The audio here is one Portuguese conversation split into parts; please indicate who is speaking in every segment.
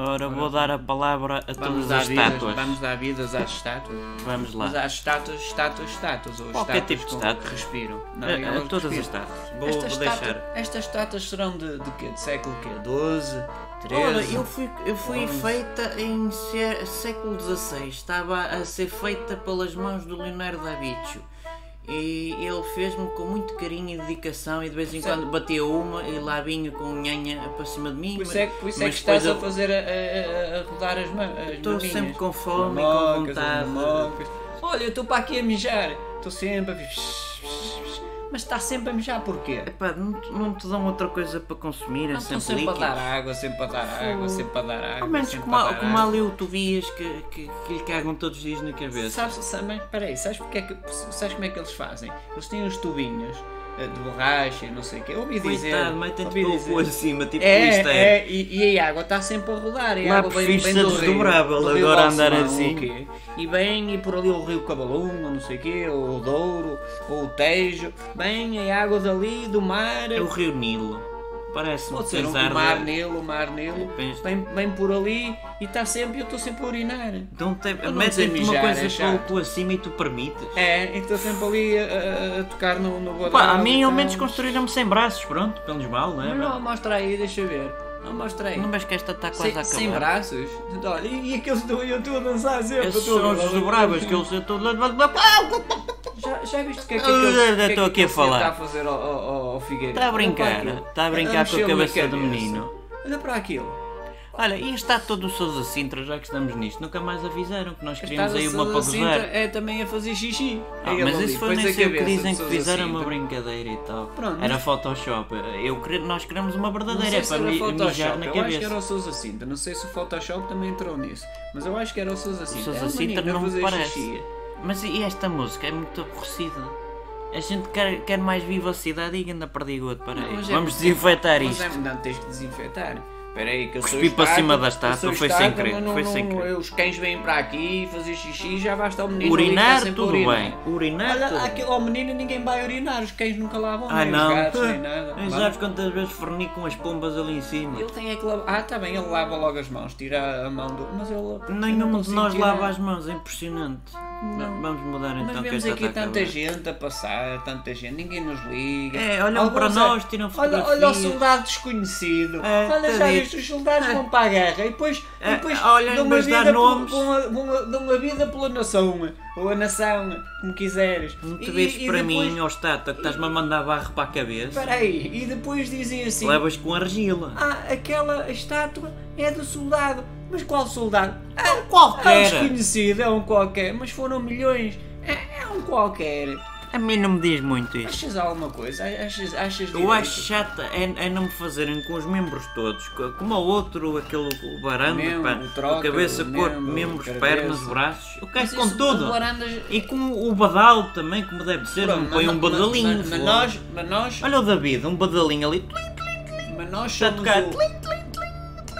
Speaker 1: Ora, vou dar a palavra a
Speaker 2: Vamos
Speaker 1: todas
Speaker 2: dar,
Speaker 1: as
Speaker 2: vidas,
Speaker 1: estátuas.
Speaker 2: vamos dar vidas às estátuas.
Speaker 1: Vamos
Speaker 2: Mas
Speaker 1: lá.
Speaker 2: há estátuas, estátuas, estátuas. Ou
Speaker 1: Qualquer
Speaker 2: estátuas
Speaker 1: tipo de
Speaker 2: com-
Speaker 1: estátua.
Speaker 2: que respiram. Não,
Speaker 3: É,
Speaker 1: A- a
Speaker 2: elas
Speaker 1: todas as
Speaker 2: respiram.
Speaker 1: estátuas. Vou,
Speaker 2: Estas
Speaker 1: vou deixar.
Speaker 2: estátua- estas estátuas serão de, de quê? De século quê? 12? 13?
Speaker 3: Ora, eu fui, eu fui
Speaker 2: Onze.
Speaker 3: feita em sé- século XVI. Estava a ser feita pelas mãos do Leonardo da Vinci. E ele fez-me com muito carinho e dedicação e de vez em
Speaker 2: Por isso é-
Speaker 3: quando batia uma e lá vinha com nhanha para cima de mim.
Speaker 2: Por
Speaker 3: mas-
Speaker 2: isso é, que- por isso é que
Speaker 3: mas
Speaker 2: estás
Speaker 3: depois
Speaker 2: a
Speaker 3: eu-
Speaker 2: fazer a, a- a- a rodar as, ma as
Speaker 3: Estou
Speaker 2: maminhas.
Speaker 3: sempre com fome e com
Speaker 2: Mamocas, as
Speaker 3: vontade.
Speaker 2: mamocas. Olha, eu estou para aqui a mijar. Estou sempre a... Mas está sempre a mijar porquê?
Speaker 3: Epá, não, te- não te dão outra coisa para consumir, é
Speaker 2: Não estão
Speaker 3: sempre,
Speaker 2: sempre a
Speaker 3: líquidos.
Speaker 2: dar água, sempre a dar água,
Speaker 3: Fogo.
Speaker 2: sempre a dar água.
Speaker 3: Ao menos
Speaker 2: sempre
Speaker 3: como,
Speaker 2: a
Speaker 3: há-
Speaker 2: dar
Speaker 3: como há
Speaker 2: água.
Speaker 3: ali o Tobias que, que, que lhe cagam todos os dias na cabeça.
Speaker 2: Sabes, sabes, mas peraí, sabes, porque é que, sabes como é que eles fazem? Eles têm uns tubinhos eh, de borracha e não sei o quê. Eu ouvi dizer.
Speaker 3: Coitado, mas tem
Speaker 2: ouvi
Speaker 3: tipo o
Speaker 2: dizer.
Speaker 3: cu acima, tipo
Speaker 2: É,
Speaker 3: Lister.
Speaker 2: é, e, e a água está sempre a rodar. E a
Speaker 3: Lá
Speaker 2: água vem,
Speaker 3: prefiro
Speaker 2: vem
Speaker 3: ser
Speaker 2: do rio,
Speaker 3: desdobrável,
Speaker 2: do rio
Speaker 3: agora
Speaker 2: Balsemão,
Speaker 3: andar
Speaker 2: ou
Speaker 3: assim.
Speaker 2: o quê. E vem, e por ali o rio Cabalum, ou não sei o quê, ou o Douro, ou o Tejo. Vem a água dali, do mar.
Speaker 3: É o Rio Nilo. Parece-me
Speaker 2: Pode ser um
Speaker 3: apesar de-
Speaker 2: mar nilo, o mar nilo,
Speaker 3: Penso-
Speaker 2: vem, vem por ali e está sempre, eu estou sempre a urinar.
Speaker 3: Então te...
Speaker 2: não
Speaker 3: metem-te
Speaker 2: dizer
Speaker 3: uma
Speaker 2: mijar,
Speaker 3: coisa
Speaker 2: é
Speaker 3: pelo
Speaker 2: chato.
Speaker 3: cu acima e tu permites.
Speaker 2: É, e estou sempre ali a, a- a tocar no, no bodal
Speaker 3: Pá, a mim
Speaker 2: e
Speaker 3: ao
Speaker 2: tal.
Speaker 3: menos construíram-me sem braços, pronto, pelos mal, não é?
Speaker 2: Mas Não, mostra aí, deixa eu ver. Não, mostra aí.
Speaker 3: Não mas que esta está quase a
Speaker 2: sem,
Speaker 3: acabar.
Speaker 2: sem braços? Olha, e, e aqueles do eu estou a dançar sempre.
Speaker 3: Esses
Speaker 2: eu estou
Speaker 3: são
Speaker 2: a-
Speaker 3: os desdobráveis que eu sei todo lado.
Speaker 2: Já, já viste o que é que
Speaker 3: Eu
Speaker 2: aquele- o que
Speaker 3: estou aqui
Speaker 2: é que
Speaker 3: a
Speaker 2: aquele senhor
Speaker 3: falar.
Speaker 2: Está a fazer ao, ao, ao- ao Figueiredo.
Speaker 3: Está Tá a brincar,
Speaker 2: Olha para aquilo.
Speaker 3: está a brincar com a
Speaker 2: mexer-lhe na
Speaker 3: cabeça do
Speaker 2: cabeça.
Speaker 3: menino.
Speaker 2: Olha para aquilo.
Speaker 3: Olha, e está todo o Sousa Sintra, já que estamos nisto, nunca mais avisaram que nós queríamos
Speaker 2: Estás a
Speaker 3: aí uma para
Speaker 2: Sousa Sintra
Speaker 3: gozar.
Speaker 2: É também a fazer xixi.
Speaker 3: Ah,
Speaker 2: É
Speaker 3: mas
Speaker 2: ele
Speaker 3: isso
Speaker 2: ali,
Speaker 3: foi nem
Speaker 2: pões a
Speaker 3: sei o que
Speaker 2: cabeça assim, tá?
Speaker 3: dizem
Speaker 2: de
Speaker 3: que
Speaker 2: Sousa
Speaker 3: fizeram uma
Speaker 2: Sintra.
Speaker 3: brincadeira e tal.
Speaker 2: Pronto,
Speaker 3: era
Speaker 2: mas-
Speaker 3: Photoshop. Eu queria- nós queremos uma
Speaker 2: Não
Speaker 3: verdadeira,
Speaker 2: sei
Speaker 3: é
Speaker 2: se
Speaker 3: para
Speaker 2: era
Speaker 3: mi- mijar
Speaker 2: Photoshop,
Speaker 3: na
Speaker 2: eu acho que
Speaker 3: cabeça.
Speaker 2: era o Sousa Sintra, não sei se o Photoshop também entrou nisso, mas eu acho que era o Sousa Sintra.
Speaker 3: Sousa
Speaker 2: Era um
Speaker 3: Sintra
Speaker 2: menino a
Speaker 3: não me
Speaker 2: fazer
Speaker 3: parece.
Speaker 2: xixi.
Speaker 3: Mas e esta música é muito aborrecida. A gente quer, quer mais vivacidade e ainda perdigoto para
Speaker 2: Não,
Speaker 3: aí.
Speaker 2: mas é-
Speaker 3: Vamos desinfetar
Speaker 2: Mas
Speaker 3: isto.
Speaker 2: é, não, tens que desinfetar. Espera aí, que eu sou
Speaker 3: Cuspi para cima da
Speaker 2: eu sou
Speaker 3: estátua, foi
Speaker 2: estátua,
Speaker 3: sem querer,
Speaker 2: mas não-
Speaker 3: foi sem
Speaker 2: não-
Speaker 3: querer.
Speaker 2: Os cães vêm para aqui fazer xixi já basta o menino.
Speaker 3: Urinar,
Speaker 2: ali que está sempre a
Speaker 3: tudo
Speaker 2: urinar.
Speaker 3: bem. Urinar, tudo
Speaker 2: Olha,
Speaker 3: bem.
Speaker 2: aquilo ao menino ninguém vai urinar, os cães nunca lavam,
Speaker 3: Ah,
Speaker 2: nem
Speaker 3: não.
Speaker 2: os gatos, nem nada.
Speaker 3: Nem
Speaker 2: Vá.
Speaker 3: sabes quantas vezes fornicam as pombas ali em cima.
Speaker 2: Ele tem é que lavar. Ah, está bem, ele lava logo as mãos, tira a mão do. Mas ele.
Speaker 3: Nenhum
Speaker 2: não né?
Speaker 3: de nós
Speaker 2: sentiu nada.
Speaker 3: lava as mãos, é impressionante.
Speaker 2: Não.
Speaker 3: Vamos mudar então
Speaker 2: Mas
Speaker 3: que
Speaker 2: vemos
Speaker 3: esta
Speaker 2: aqui
Speaker 3: está a
Speaker 2: tanta
Speaker 3: acabar.
Speaker 2: gente a passar, tanta gente, ninguém nos liga.
Speaker 3: É, olham
Speaker 2: Alguns
Speaker 3: para
Speaker 2: é-
Speaker 3: nós, tiram
Speaker 2: Olha, olha o
Speaker 3: fotografias.
Speaker 2: soldado desconhecido.
Speaker 3: É,
Speaker 2: olha, já
Speaker 3: tadinho.
Speaker 2: viste, os soldados
Speaker 3: É.
Speaker 2: vão para a guerra e depois,
Speaker 3: É,
Speaker 2: e depois
Speaker 3: olha,
Speaker 2: dão
Speaker 3: em
Speaker 2: uma
Speaker 3: vez de dar
Speaker 2: vida pelo-
Speaker 3: nomes.
Speaker 2: por uma- por uma- dão uma vida pela nação, ou a nação, como quiseres.
Speaker 3: Muito
Speaker 2: E-
Speaker 3: vezes
Speaker 2: e
Speaker 3: para
Speaker 2: depois-
Speaker 3: mim, ó estátua, que estás-me a mandar barro para a cabeça.
Speaker 2: Espera aí, e depois dizem assim:
Speaker 3: Levas com argila.
Speaker 2: Ah, aquela estátua é do soldado. Mas qual soldado? Ah, É um
Speaker 3: qualquer.
Speaker 2: desconhecido, é um qualquer, mas foram milhões. É, é um qualquer.
Speaker 3: A mim não me diz muito isso.
Speaker 2: Achas alguma coisa? Achas, achas
Speaker 3: Eu
Speaker 2: direito?
Speaker 3: acho chata é, é não me fazerem com os membros todos, co- como o outro, aquele o baranda,
Speaker 2: Membro,
Speaker 3: pá,
Speaker 2: troca,
Speaker 3: a cabeça,
Speaker 2: o
Speaker 3: corpo,
Speaker 2: membro,
Speaker 3: membros,
Speaker 2: cabeça.
Speaker 3: pernas, braços, eu
Speaker 2: Mas
Speaker 3: quero com
Speaker 2: isso do
Speaker 3: tudo.
Speaker 2: Varandas-
Speaker 3: E com o badal também, como deve ser,
Speaker 2: Pronto,
Speaker 3: não põe
Speaker 2: mas-
Speaker 3: um
Speaker 2: mas-
Speaker 3: badalinho.
Speaker 2: Mas, mas
Speaker 3: fogo.
Speaker 2: nós, mas nós,
Speaker 3: Olha o David, um badalinho ali.
Speaker 2: mas nós
Speaker 3: Está a
Speaker 2: somos
Speaker 3: tocar.
Speaker 2: o-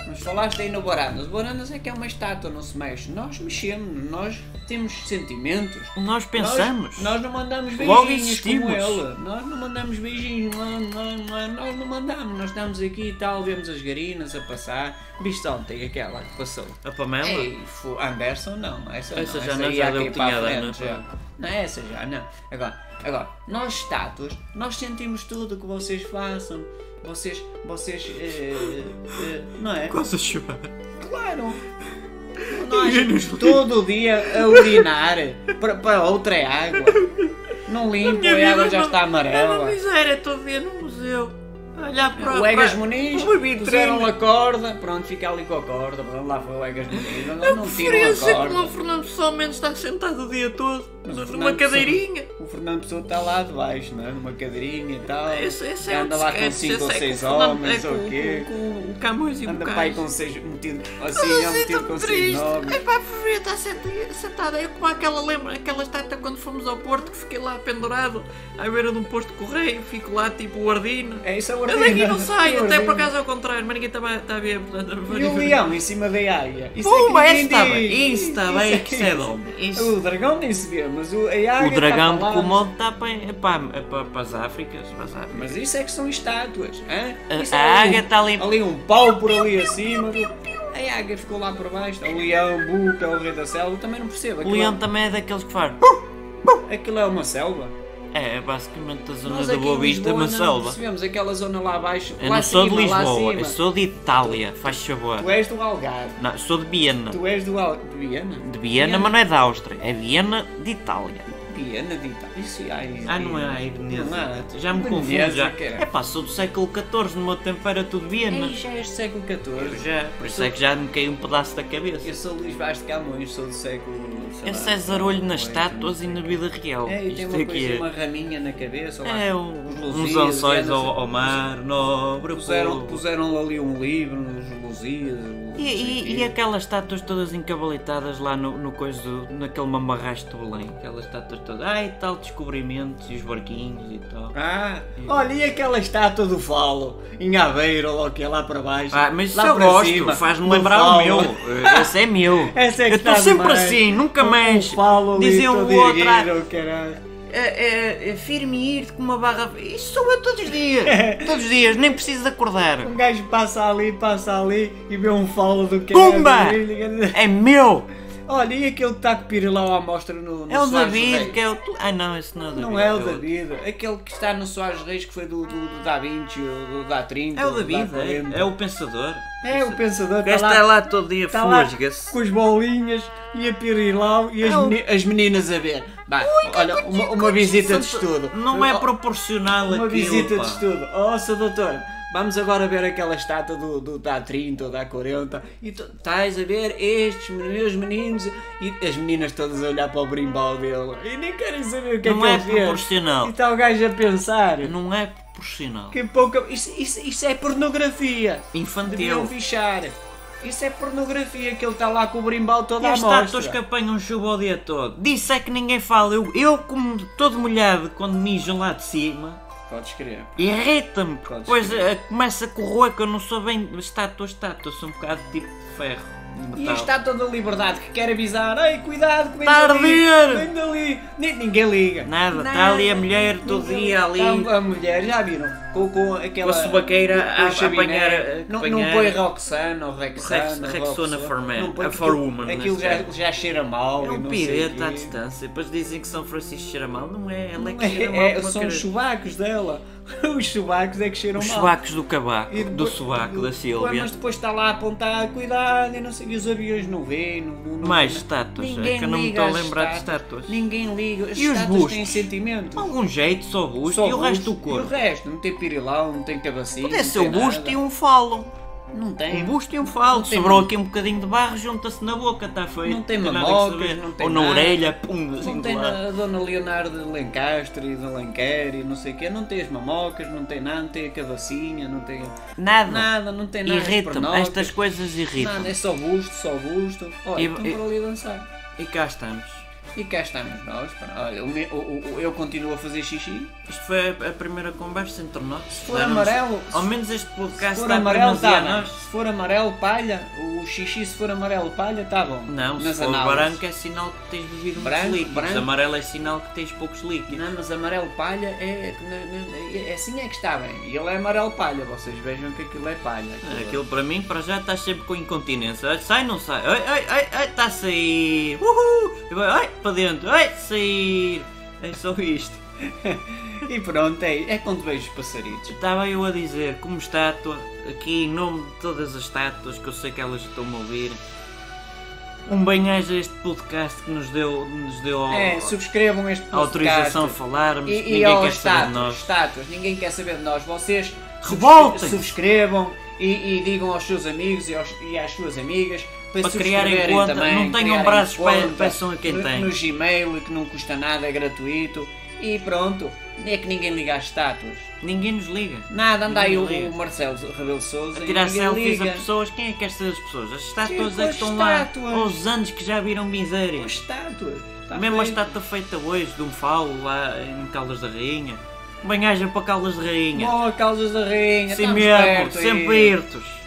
Speaker 2: Mas falaste aí no Barandas. O Barandas é que é uma estátua, não se mexe. Nós mexemos, nós temos sentimentos.
Speaker 3: Nós
Speaker 2: Nós-
Speaker 3: pensamos.
Speaker 2: Nós, não mandamos
Speaker 3: Logo
Speaker 2: beijinhos como
Speaker 3: existimos.
Speaker 2: ele. Nós não mandamos beijinhos. Não, não, não, nós não mandamos. Nós estamos aqui e tal, vemos as garinas a passar. Viste ontem aquela que passou.
Speaker 3: A Pamela?
Speaker 2: Ei, fo- Anderson não, essa,
Speaker 3: É. Essa
Speaker 2: não,
Speaker 3: já
Speaker 2: essa
Speaker 3: não,
Speaker 2: aí
Speaker 3: já
Speaker 2: há
Speaker 3: deu
Speaker 2: que
Speaker 3: o
Speaker 2: ir para a
Speaker 3: punhadão,
Speaker 2: frente,
Speaker 3: não é?
Speaker 2: já. Não, essa já não. Agora, agora, nós estátuas, nós sentimos tudo o que vocês façam. Vocês, vocês, eh, eh, não é?
Speaker 3: Quase a chorar.
Speaker 2: Claro. Nós todo dia a urinar para, para outra é água. Não limpo,
Speaker 3: minha
Speaker 2: a água
Speaker 3: vida
Speaker 2: já
Speaker 3: não-
Speaker 2: está
Speaker 3: É uma
Speaker 2: amarela.
Speaker 3: miséria, estou a ver no museu. Olhar para
Speaker 2: O Egas Muniz,
Speaker 3: uma vitrine.
Speaker 2: puseram a corda, pronto, fica ali com a corda, pronto, lá foi o Egas Muniz, não,
Speaker 3: Eu
Speaker 2: não
Speaker 3: preferia
Speaker 2: tiram a
Speaker 3: ser como
Speaker 2: corda.
Speaker 3: o Fernando Pessoa Mendes está sentado o dia todo,
Speaker 2: Mas o
Speaker 3: numa
Speaker 2: Fernando
Speaker 3: cadeirinha.
Speaker 2: O Fernando Pessoa está lá de baixo, não é? numa cadeirinha e tal.
Speaker 3: Esse, esse é
Speaker 2: anda
Speaker 3: o
Speaker 2: lá com
Speaker 3: disquete,
Speaker 2: 5 ou
Speaker 3: esse é
Speaker 2: 6
Speaker 3: com o Fernando-
Speaker 2: homens
Speaker 3: é
Speaker 2: ou
Speaker 3: com-
Speaker 2: o quê?
Speaker 3: Com, com o Camões e
Speaker 2: Anda
Speaker 3: Bocais.
Speaker 2: pai com 6 metido
Speaker 3: um Ah,
Speaker 2: assim, é
Speaker 3: assim,
Speaker 2: metido
Speaker 3: tão
Speaker 2: com 6
Speaker 3: triste. É
Speaker 2: nomes.
Speaker 3: pá, preferia estar senti- sentado. É como aquela, lembra, aquela estátua quando fomos ao Porto que fiquei lá pendurado à beira de um posto de correio. Fico lá tipo o Ardino.
Speaker 2: É isso é o
Speaker 3: Eu
Speaker 2: Ardino,
Speaker 3: daqui não saio,
Speaker 2: é o
Speaker 3: até por
Speaker 2: Ardino.
Speaker 3: acaso ao contrário. Mas ninguém estava a ver. portanto,
Speaker 2: E o leão em cima da águia. Isso
Speaker 3: Puma,
Speaker 2: é
Speaker 3: esse
Speaker 2: que
Speaker 3: está
Speaker 2: ninguém
Speaker 3: bem.
Speaker 2: diz.
Speaker 3: Isso está bem,
Speaker 2: é
Speaker 3: que isso é de homem. Isso-
Speaker 2: O dragão nem se vê, mas o, a águia
Speaker 3: O dragão
Speaker 2: está para lá.
Speaker 3: com o molde está para, é pá, é pá, para as Áfricas. Para as Áfricas.
Speaker 2: Mas isso é que são estátuas, hã?
Speaker 3: A-
Speaker 2: Isso
Speaker 3: a
Speaker 2: é ali
Speaker 3: águia
Speaker 2: um-
Speaker 3: está ali-
Speaker 2: Ali um pau por ali acima. do- A águia ficou lá por baixo. tá? O leão, buca, o rei da selva. Também não percebo.
Speaker 3: O
Speaker 2: Aquilo,
Speaker 3: leão também é daqueles que faz.
Speaker 2: é, aquilo é uma selva.
Speaker 3: É, é basicamente a zona
Speaker 2: Nós
Speaker 3: da
Speaker 2: aqui
Speaker 3: Boa
Speaker 2: em
Speaker 3: Vista, é
Speaker 2: Lisboa
Speaker 3: uma
Speaker 2: ainda Não
Speaker 3: selva.
Speaker 2: percebemos aquela zona lá abaixo.
Speaker 3: Eu
Speaker 2: lá
Speaker 3: não sou de
Speaker 2: cima, lá
Speaker 3: Lisboa, é
Speaker 2: acima.
Speaker 3: eu sou de Itália, faz favor.
Speaker 2: Tu és do Algarve.
Speaker 3: Não, eu sou de Viena.
Speaker 2: Tu és do Algarve. De Viena?
Speaker 3: De Viena, mas não é da Áustria, é Viena de Itália.
Speaker 2: Viena de Itália. Isso ai,
Speaker 3: Ah, não é a
Speaker 2: Não é,
Speaker 3: Veneza.
Speaker 2: tu-
Speaker 3: Já me confundo.
Speaker 2: Veneza,
Speaker 3: Já.
Speaker 2: caralho.
Speaker 3: É pá, sou do século XIV, no meu tempo era tudo Viena.
Speaker 2: Ei, já és do século XIV.
Speaker 3: Já, por isso é que já me caiu um pedaço da
Speaker 2: é Eu
Speaker 3: cabeça.
Speaker 2: sou Luís Vaz de Camões, sou do século. sei lá,
Speaker 3: Esse é zarolho nas
Speaker 2: oito.
Speaker 3: estátuas e na vida real.
Speaker 2: É, e tem
Speaker 3: Isto
Speaker 2: uma coisa,
Speaker 3: aqui
Speaker 2: uma raminha na cabeça. ou lá.
Speaker 3: é. É, um-
Speaker 2: Os
Speaker 3: uns
Speaker 2: luzias,
Speaker 3: ançóis
Speaker 2: é,
Speaker 3: ao,
Speaker 2: não sei-
Speaker 3: ao mar, nobre,
Speaker 2: Puseram,
Speaker 3: povo.
Speaker 2: puseram ali um livro, os Luzias.
Speaker 3: E, e- e aquelas estátuas todas encabalitadas lá no, no coisa do, naquele mamarraste do Belém. Aquelas estátuas todas, ai tal descobrimentos e os barquinhos e tal.
Speaker 2: Ah, olha, e aquela estátua do Falo, em Aveiro, ou lá que é lá para baixo.
Speaker 3: Ah, mas isso
Speaker 2: lá
Speaker 3: eu
Speaker 2: para
Speaker 3: gosto,
Speaker 2: cima,
Speaker 3: faz-me
Speaker 2: do
Speaker 3: lembrar o
Speaker 2: falo.
Speaker 3: meu. Esse é meu.
Speaker 2: Essa é que
Speaker 3: eu estou
Speaker 2: está
Speaker 3: sempre
Speaker 2: demais.
Speaker 3: assim, nunca
Speaker 2: O-
Speaker 3: mais.
Speaker 2: O Falo ali,
Speaker 3: Dizia um
Speaker 2: todo
Speaker 3: outro, ah,
Speaker 2: erguido, caralho.
Speaker 3: é, é, é firme e ir com uma barra. Isso sou eu todos os dias. todos os dias, nem preciso de acordar.
Speaker 2: Um gajo passa ali, passa ali e vê um Falo do que
Speaker 3: Pumba! É meu!
Speaker 2: Olha, e aquele taco pirilau à mostra no, no
Speaker 3: É o
Speaker 2: Soares
Speaker 3: David
Speaker 2: Reis?
Speaker 3: que é o. tu- Ah não, esse não é o David.
Speaker 2: Não é o
Speaker 3: outro.
Speaker 2: David, aquele que está no Soares Reis que foi do, do, do Da 20, ou do Da 30.
Speaker 3: É o
Speaker 2: ou do
Speaker 3: David,
Speaker 2: Da 40.
Speaker 3: é, é o pensador.
Speaker 2: Tá É o pensador,
Speaker 3: O gajo
Speaker 2: está
Speaker 3: está
Speaker 2: lá,
Speaker 3: lá todo dia,
Speaker 2: está Tá lá
Speaker 3: fusga-se.
Speaker 2: com as bolinhas e a pirilau e as,
Speaker 3: É o-
Speaker 2: meni- as meninas a ver. Bah, olha, uma, uma visita de estudo.
Speaker 3: Não é
Speaker 2: Oh,
Speaker 3: proporcional
Speaker 2: Uma
Speaker 3: aquilo,
Speaker 2: visita
Speaker 3: pá.
Speaker 2: de estudo. Oh, seu doutor, vamos agora ver aquela estátua do, do da 30 ou da 40 e tu estás a ver estes meus meninos e as meninas todas a olhar para o brimbal dele e nem querem saber o que
Speaker 3: Não
Speaker 2: é
Speaker 3: é
Speaker 2: que ele fez.
Speaker 3: proporcional.
Speaker 2: E está o gajo a pensar.
Speaker 3: Não é proporcional.
Speaker 2: Que pouca. Isso, isso, isso é pornografia. Deviam
Speaker 3: Infantil.
Speaker 2: fichar. Isso é pornografia que ele está lá com o brimbal
Speaker 3: E
Speaker 2: toda a
Speaker 3: as
Speaker 2: mostra.
Speaker 3: estátuas que apanham chuva o um dia todo. Disse é que ninguém fala. Eu, eu como todo molhado quando mijam lá de cima,
Speaker 2: Podes crer.
Speaker 3: irrita-me. porque
Speaker 2: Podes
Speaker 3: Depois eh, começa a corroer que eu não sou bem estátua, estátua. Sou um bocado tipo de ferro. de
Speaker 2: E a
Speaker 3: metal.
Speaker 2: estátua da liberdade que quer avisar. Ei, cuidado, que vem
Speaker 3: Tá a
Speaker 2: dali.
Speaker 3: arder.
Speaker 2: Vem dali. Ni- Ninguém liga.
Speaker 3: Nada, está ali a mulher todo dia ali.
Speaker 2: Tá A mulher, já viram? Com, com aquela.
Speaker 3: Com a subaqueira a- a
Speaker 2: chabiné.
Speaker 3: apanhar- a
Speaker 2: Não,
Speaker 3: apanhar-
Speaker 2: não põe Roxana ou Rexana.
Speaker 3: Rex- Rexona
Speaker 2: Roxo-
Speaker 3: for men,
Speaker 2: não põe
Speaker 3: a
Speaker 2: aquilo-
Speaker 3: for woman,
Speaker 2: Aquilo
Speaker 3: neste
Speaker 2: já,
Speaker 3: caso.
Speaker 2: já cheira mal.
Speaker 3: É
Speaker 2: e
Speaker 3: um
Speaker 2: não sei
Speaker 3: pireta à
Speaker 2: quê.
Speaker 3: distância. Depois dizem que São Francisco cheira mal. Não é, ela é que cheira mal.
Speaker 2: É, é,
Speaker 3: como
Speaker 2: são
Speaker 3: caralho.
Speaker 2: os chubacos dela. Os chubacos é que cheiram
Speaker 3: Os
Speaker 2: mal.
Speaker 3: chubacos do cabaco,
Speaker 2: E
Speaker 3: do
Speaker 2: depois-
Speaker 3: sovaco, da
Speaker 2: Ué,
Speaker 3: Silvia.
Speaker 2: Mas depois está lá a apontar, cuidado, e não sei, e os aviões não vêem, não, não, não
Speaker 3: Mais
Speaker 2: não-
Speaker 3: estátuas, é
Speaker 2: Ninguém
Speaker 3: que eu não me
Speaker 2: liga
Speaker 3: estou a
Speaker 2: às
Speaker 3: lembrar de estátuas.
Speaker 2: Ninguém liga, as
Speaker 3: E os
Speaker 2: estátuas têm
Speaker 3: bustos?
Speaker 2: sentimentos.
Speaker 3: Algum jeito, só busto
Speaker 2: Só
Speaker 3: e o
Speaker 2: bustos.
Speaker 3: resto do
Speaker 2: E o
Speaker 3: corpo.
Speaker 2: resto, não tem pirilão, não tem cabacinho.
Speaker 3: Pudesse ser
Speaker 2: não
Speaker 3: o
Speaker 2: tem
Speaker 3: busto
Speaker 2: nada.
Speaker 3: e um falo.
Speaker 2: Não tem.
Speaker 3: Um busto e um falo.
Speaker 2: É. tem
Speaker 3: Sobrou
Speaker 2: mu-
Speaker 3: aqui um bocadinho de barro, junta-se na boca, está feito.
Speaker 2: Não tem
Speaker 3: nada que
Speaker 2: mamocas,
Speaker 3: saber.
Speaker 2: não tem
Speaker 3: Ou na
Speaker 2: nada.
Speaker 3: orelha, pum,
Speaker 2: Não
Speaker 3: assim
Speaker 2: tem
Speaker 3: do lado.
Speaker 2: a Dona Leonardo de Lencastre e de Lenquer e não sei o quê, não tem as mamocas, não tem nada, não tem a cabacinha, não tem
Speaker 3: Nada.
Speaker 2: nada, não tem nada. as
Speaker 3: Ah, Irrita-me,
Speaker 2: pernocas,
Speaker 3: estas coisas irritam.
Speaker 2: Nada, é só busto, só busto. Olha,
Speaker 3: E-
Speaker 2: estão
Speaker 3: e-
Speaker 2: por ali a dançar.
Speaker 3: E cá estamos.
Speaker 2: E cá estamos nós. pá. Olha, o me- o- o- o- eu continuo a fazer xixi.
Speaker 3: Isto foi a a primeira conversa entre nós. Se
Speaker 2: for amarelo-
Speaker 3: Ao menos este podcast
Speaker 2: Se for
Speaker 3: está
Speaker 2: amarelo, é?
Speaker 3: a
Speaker 2: está bem.
Speaker 3: nós.
Speaker 2: Se for amarelo, palha. O xixi, se for amarelo, palha, está bom.
Speaker 3: Não,
Speaker 2: Nas
Speaker 3: se for
Speaker 2: análises.
Speaker 3: branco é sinal que tens bebido
Speaker 2: Branco,
Speaker 3: muitos líquidos.
Speaker 2: branco.
Speaker 3: Amarelo é sinal que tens poucos líquidos.
Speaker 2: Não, mas amarelo palha é, que na- na- é- Assim é que está bem. E ele é amarelo palha. Vocês vejam que aquilo é palha.
Speaker 3: Ah, Aquilo para mim, para já, estás sempre com incontinência. Ai, Sai, não sai. Ai, ai, ai, ai, está a sair. Uhul! E vai, Ai, para dentro. Ai, sair. É só isto.
Speaker 2: E pronto, é, é quando vejo os passaritos.
Speaker 3: Estava eu a dizer, como estátua, aqui em nome de todas as estátuas, que eu sei que elas estão-me a ouvir, um bem-aja a este podcast que nos deu, nos deu
Speaker 2: É, subscrevam este
Speaker 3: a
Speaker 2: podcast.
Speaker 3: autorização a falarmos,
Speaker 2: E, e
Speaker 3: ninguém
Speaker 2: ao
Speaker 3: quer saber de
Speaker 2: status,
Speaker 3: nós.
Speaker 2: status, ninguém quer saber de nós. Vocês subscre-
Speaker 3: Revoltem-se!
Speaker 2: subscrevam e, e digam aos seus amigos e, aos- e às suas amigas para,
Speaker 3: Para criarem
Speaker 2: subscreverem
Speaker 3: conta,
Speaker 2: também,
Speaker 3: não tenham
Speaker 2: criarem
Speaker 3: braços para-
Speaker 2: conta
Speaker 3: peçam a quem
Speaker 2: no,
Speaker 3: tem.
Speaker 2: No Gmail, que não custa nada, é gratuito. E pronto, é que ninguém liga às estátuas.
Speaker 3: Ninguém nos liga.
Speaker 2: Nada, anda aí o,
Speaker 3: Ninguém liga.
Speaker 2: o Marcelo Rebelo de Souza
Speaker 3: A tirar selfies a
Speaker 2: liga.
Speaker 3: pessoas, quem é que quer ser as pessoas? As estátuas
Speaker 2: Tipo,
Speaker 3: é que
Speaker 2: as
Speaker 3: estão lá,
Speaker 2: estátuas.
Speaker 3: aos anos que já viram miséria.
Speaker 2: As estátuas. tá Está
Speaker 3: Mesmo a
Speaker 2: feito.
Speaker 3: estátua feita hoje de um falo lá em Caldas da Rainha. Um bem-aja para Caldas da Rainha.
Speaker 2: Boa, causas da rainha.
Speaker 3: Sim
Speaker 2: estamos
Speaker 3: mesmo,
Speaker 2: perto aí.
Speaker 3: sempre irtos.